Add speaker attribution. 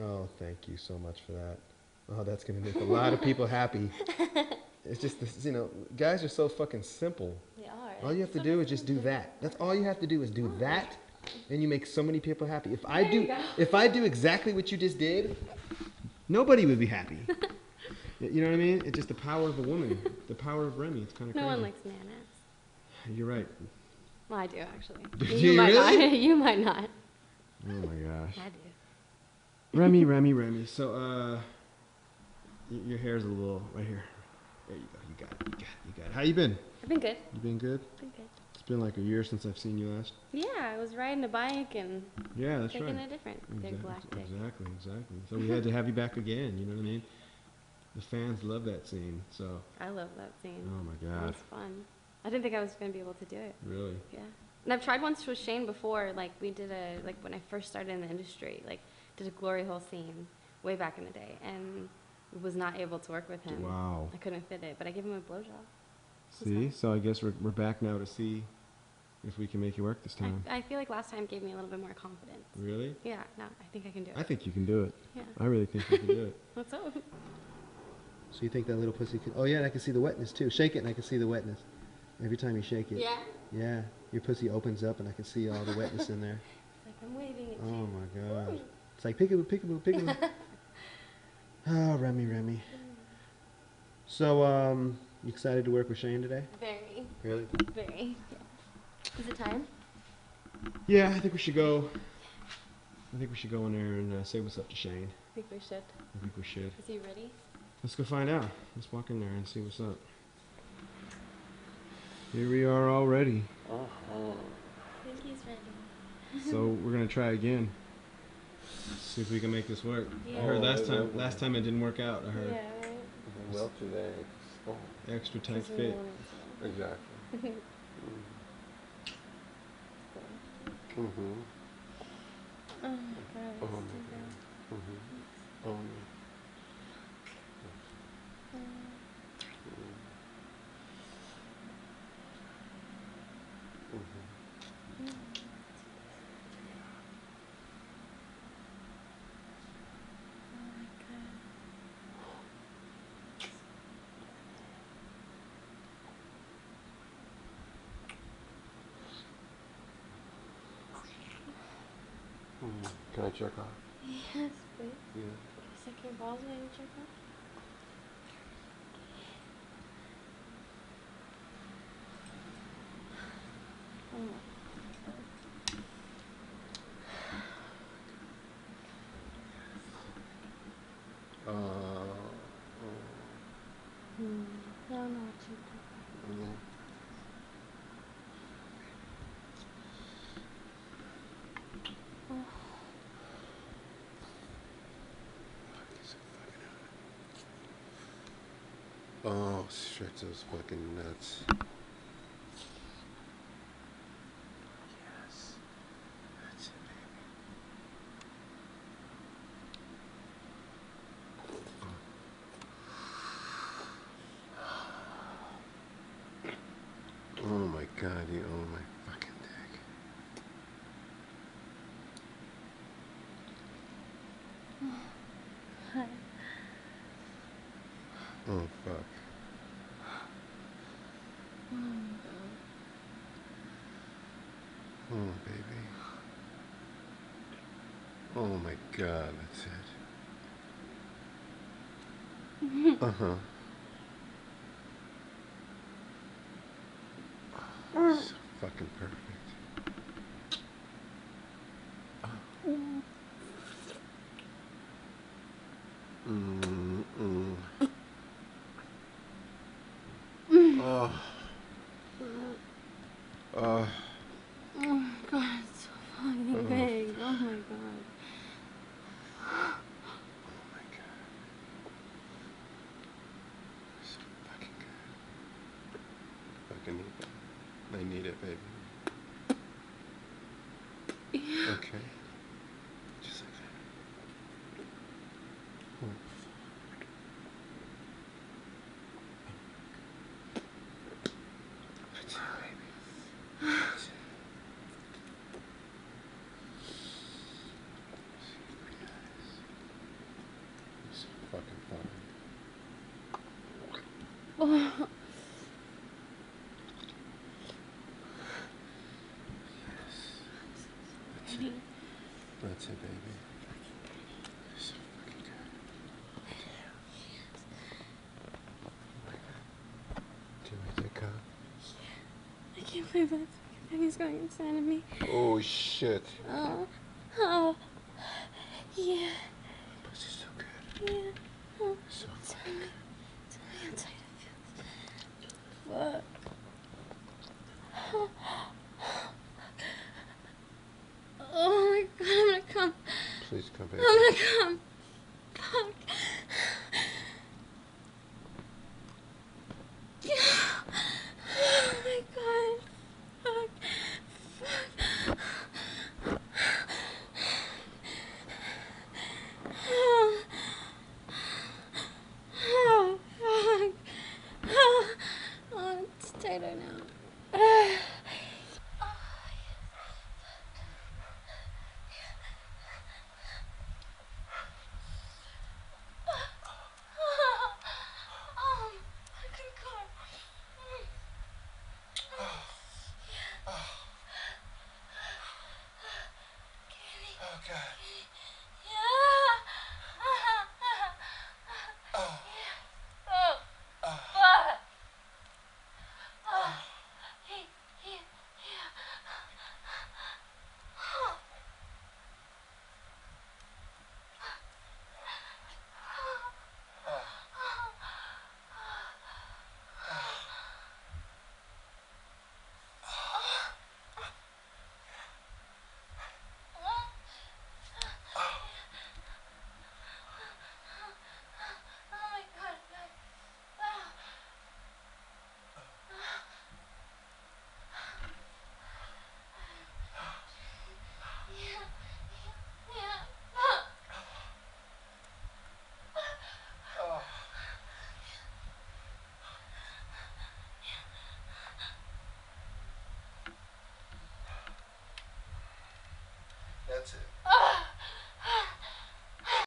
Speaker 1: Oh, thank you so much for that. Oh, that's gonna make a lot of people happy. It's just this, you know, guys are so fucking simple.
Speaker 2: They are.
Speaker 1: All you have to do is just do that. That's all you have to do is do that, and you make so many people happy. If I do, if I do exactly what you just did, nobody would be happy. Y- you know what I mean? It's just the power of a woman, the power of Remy. It's kind of
Speaker 2: No
Speaker 1: crazy.
Speaker 2: one likes mayonnaise.
Speaker 1: You're right.
Speaker 2: Well, I do actually.
Speaker 1: Do
Speaker 2: you
Speaker 1: you
Speaker 2: might
Speaker 1: really?
Speaker 2: not. you might not.
Speaker 1: Oh my gosh.
Speaker 2: I do.
Speaker 1: Remy, Remy, Remy. So, uh, y- your hair's a little right here. There you go. You got it. You got it. You got it. How you been?
Speaker 2: I've been good.
Speaker 1: You been good?
Speaker 2: I've been good.
Speaker 1: It's been like a year since I've seen you last.
Speaker 2: Yeah, I was riding a bike and
Speaker 1: Yeah, that's
Speaker 2: taking
Speaker 1: right.
Speaker 2: a different big black
Speaker 1: Exactly,
Speaker 2: dick.
Speaker 1: exactly, exactly. So we had to have you back again. You know what I mean? The fans love that scene. So,
Speaker 2: I love that
Speaker 1: oh
Speaker 2: scene.
Speaker 1: my
Speaker 2: It
Speaker 1: God,
Speaker 2: was fun. I didn't think I was gonna be able to do it.
Speaker 1: really?
Speaker 2: Yeah. And I've tried once with Shane before. Like we did a like when I first started in the industry, like did a glory hole scene way back in the day, and was not able to work with him.
Speaker 1: Wow.
Speaker 2: I couldn't fit it, but I gave him a blowjob. was
Speaker 1: See,
Speaker 2: fun.
Speaker 1: so I guess we're we're back now to see if we can make you work this time.
Speaker 2: I, I feel like last time gave me a little bit more confidence.
Speaker 1: Hmm. Really?
Speaker 2: Yeah, no, I think I can do it.
Speaker 1: I think you can do it.
Speaker 2: yeah.
Speaker 1: I really think you can do it.
Speaker 2: What's up?
Speaker 3: So you think that little pussy could? Oh yeah, and I can see the wetness too. Shake it, and I can see the wetness. Every time you shake it.
Speaker 2: Yeah.
Speaker 3: Yeah, your pussy opens up, and I can see all the wetness in there.
Speaker 2: Like I'm waving at
Speaker 3: Oh
Speaker 2: you.
Speaker 3: my god. It's like peekaboo, peekaboo, peekaboo. oh, Remy, Remy. So, um, you excited to work with Shane today?
Speaker 2: Very,
Speaker 3: Really?
Speaker 2: very. Yeah. Is it time?
Speaker 1: Yeah, I think we should go. I think we should go in there and uh, say what's up to Shane.
Speaker 2: I think we should.
Speaker 1: I think we should.
Speaker 2: Is he ready?
Speaker 1: Let's go find out. Let's walk in there and see what's up. Here we are already.
Speaker 2: I think he's ready.
Speaker 1: so we're gonna try again. See if we can make this work. I
Speaker 2: Yeah.
Speaker 1: heard
Speaker 4: Oh,
Speaker 1: last
Speaker 4: it
Speaker 1: time.
Speaker 4: won't
Speaker 1: Last time it didn't work out. I heard
Speaker 2: Yeah, right?
Speaker 4: Well, today. Oh,
Speaker 1: extra tight
Speaker 2: 'Cause we
Speaker 1: fit.
Speaker 2: want it
Speaker 4: exactly. Mm-hmm.
Speaker 2: to- Oh my god.
Speaker 4: Oh my
Speaker 2: let's do that.
Speaker 4: Mm-hmm. Um,
Speaker 2: Uh, Oh my god.
Speaker 4: mm. Can I check out?
Speaker 2: Yes, please.
Speaker 4: Yeah.
Speaker 2: Is that your balls ready to check out? Oh my
Speaker 4: Uh, oh,
Speaker 2: Hmm. I don't know what you do.
Speaker 4: mm. Oh, stretch those fucking nuts. Yes. That's it, baby. Oh my god, you own my fucking dick. Oh fuck. Oh baby. Oh my god, that's it. uh huh. So fucking perfect. Mm, mm. Oh. Uh,
Speaker 2: Oh my god, it's so
Speaker 1: Uh-huh.
Speaker 2: fucking big. Oh my god.
Speaker 4: oh my god. So fucking good. Fucking need that. I need it, baby. Okay. Just like that. Hmm. That's it, baby. That's it. Super nice. fucking fine.
Speaker 2: Oh.
Speaker 4: That's it, baby. You're so fucking good. Do you like that cup?
Speaker 2: I can't believe that fucking thing is going inside of me.
Speaker 4: Oh shit.
Speaker 2: Oh, oh, yeah,
Speaker 4: Pussy's so good.
Speaker 2: yeah. Oh,
Speaker 4: So
Speaker 2: tell me, tell me how tight it feels. Fuck. Oh my god, I'm gonna come. Oh,
Speaker 4: please come back.
Speaker 2: I'm gonna come. Fuck.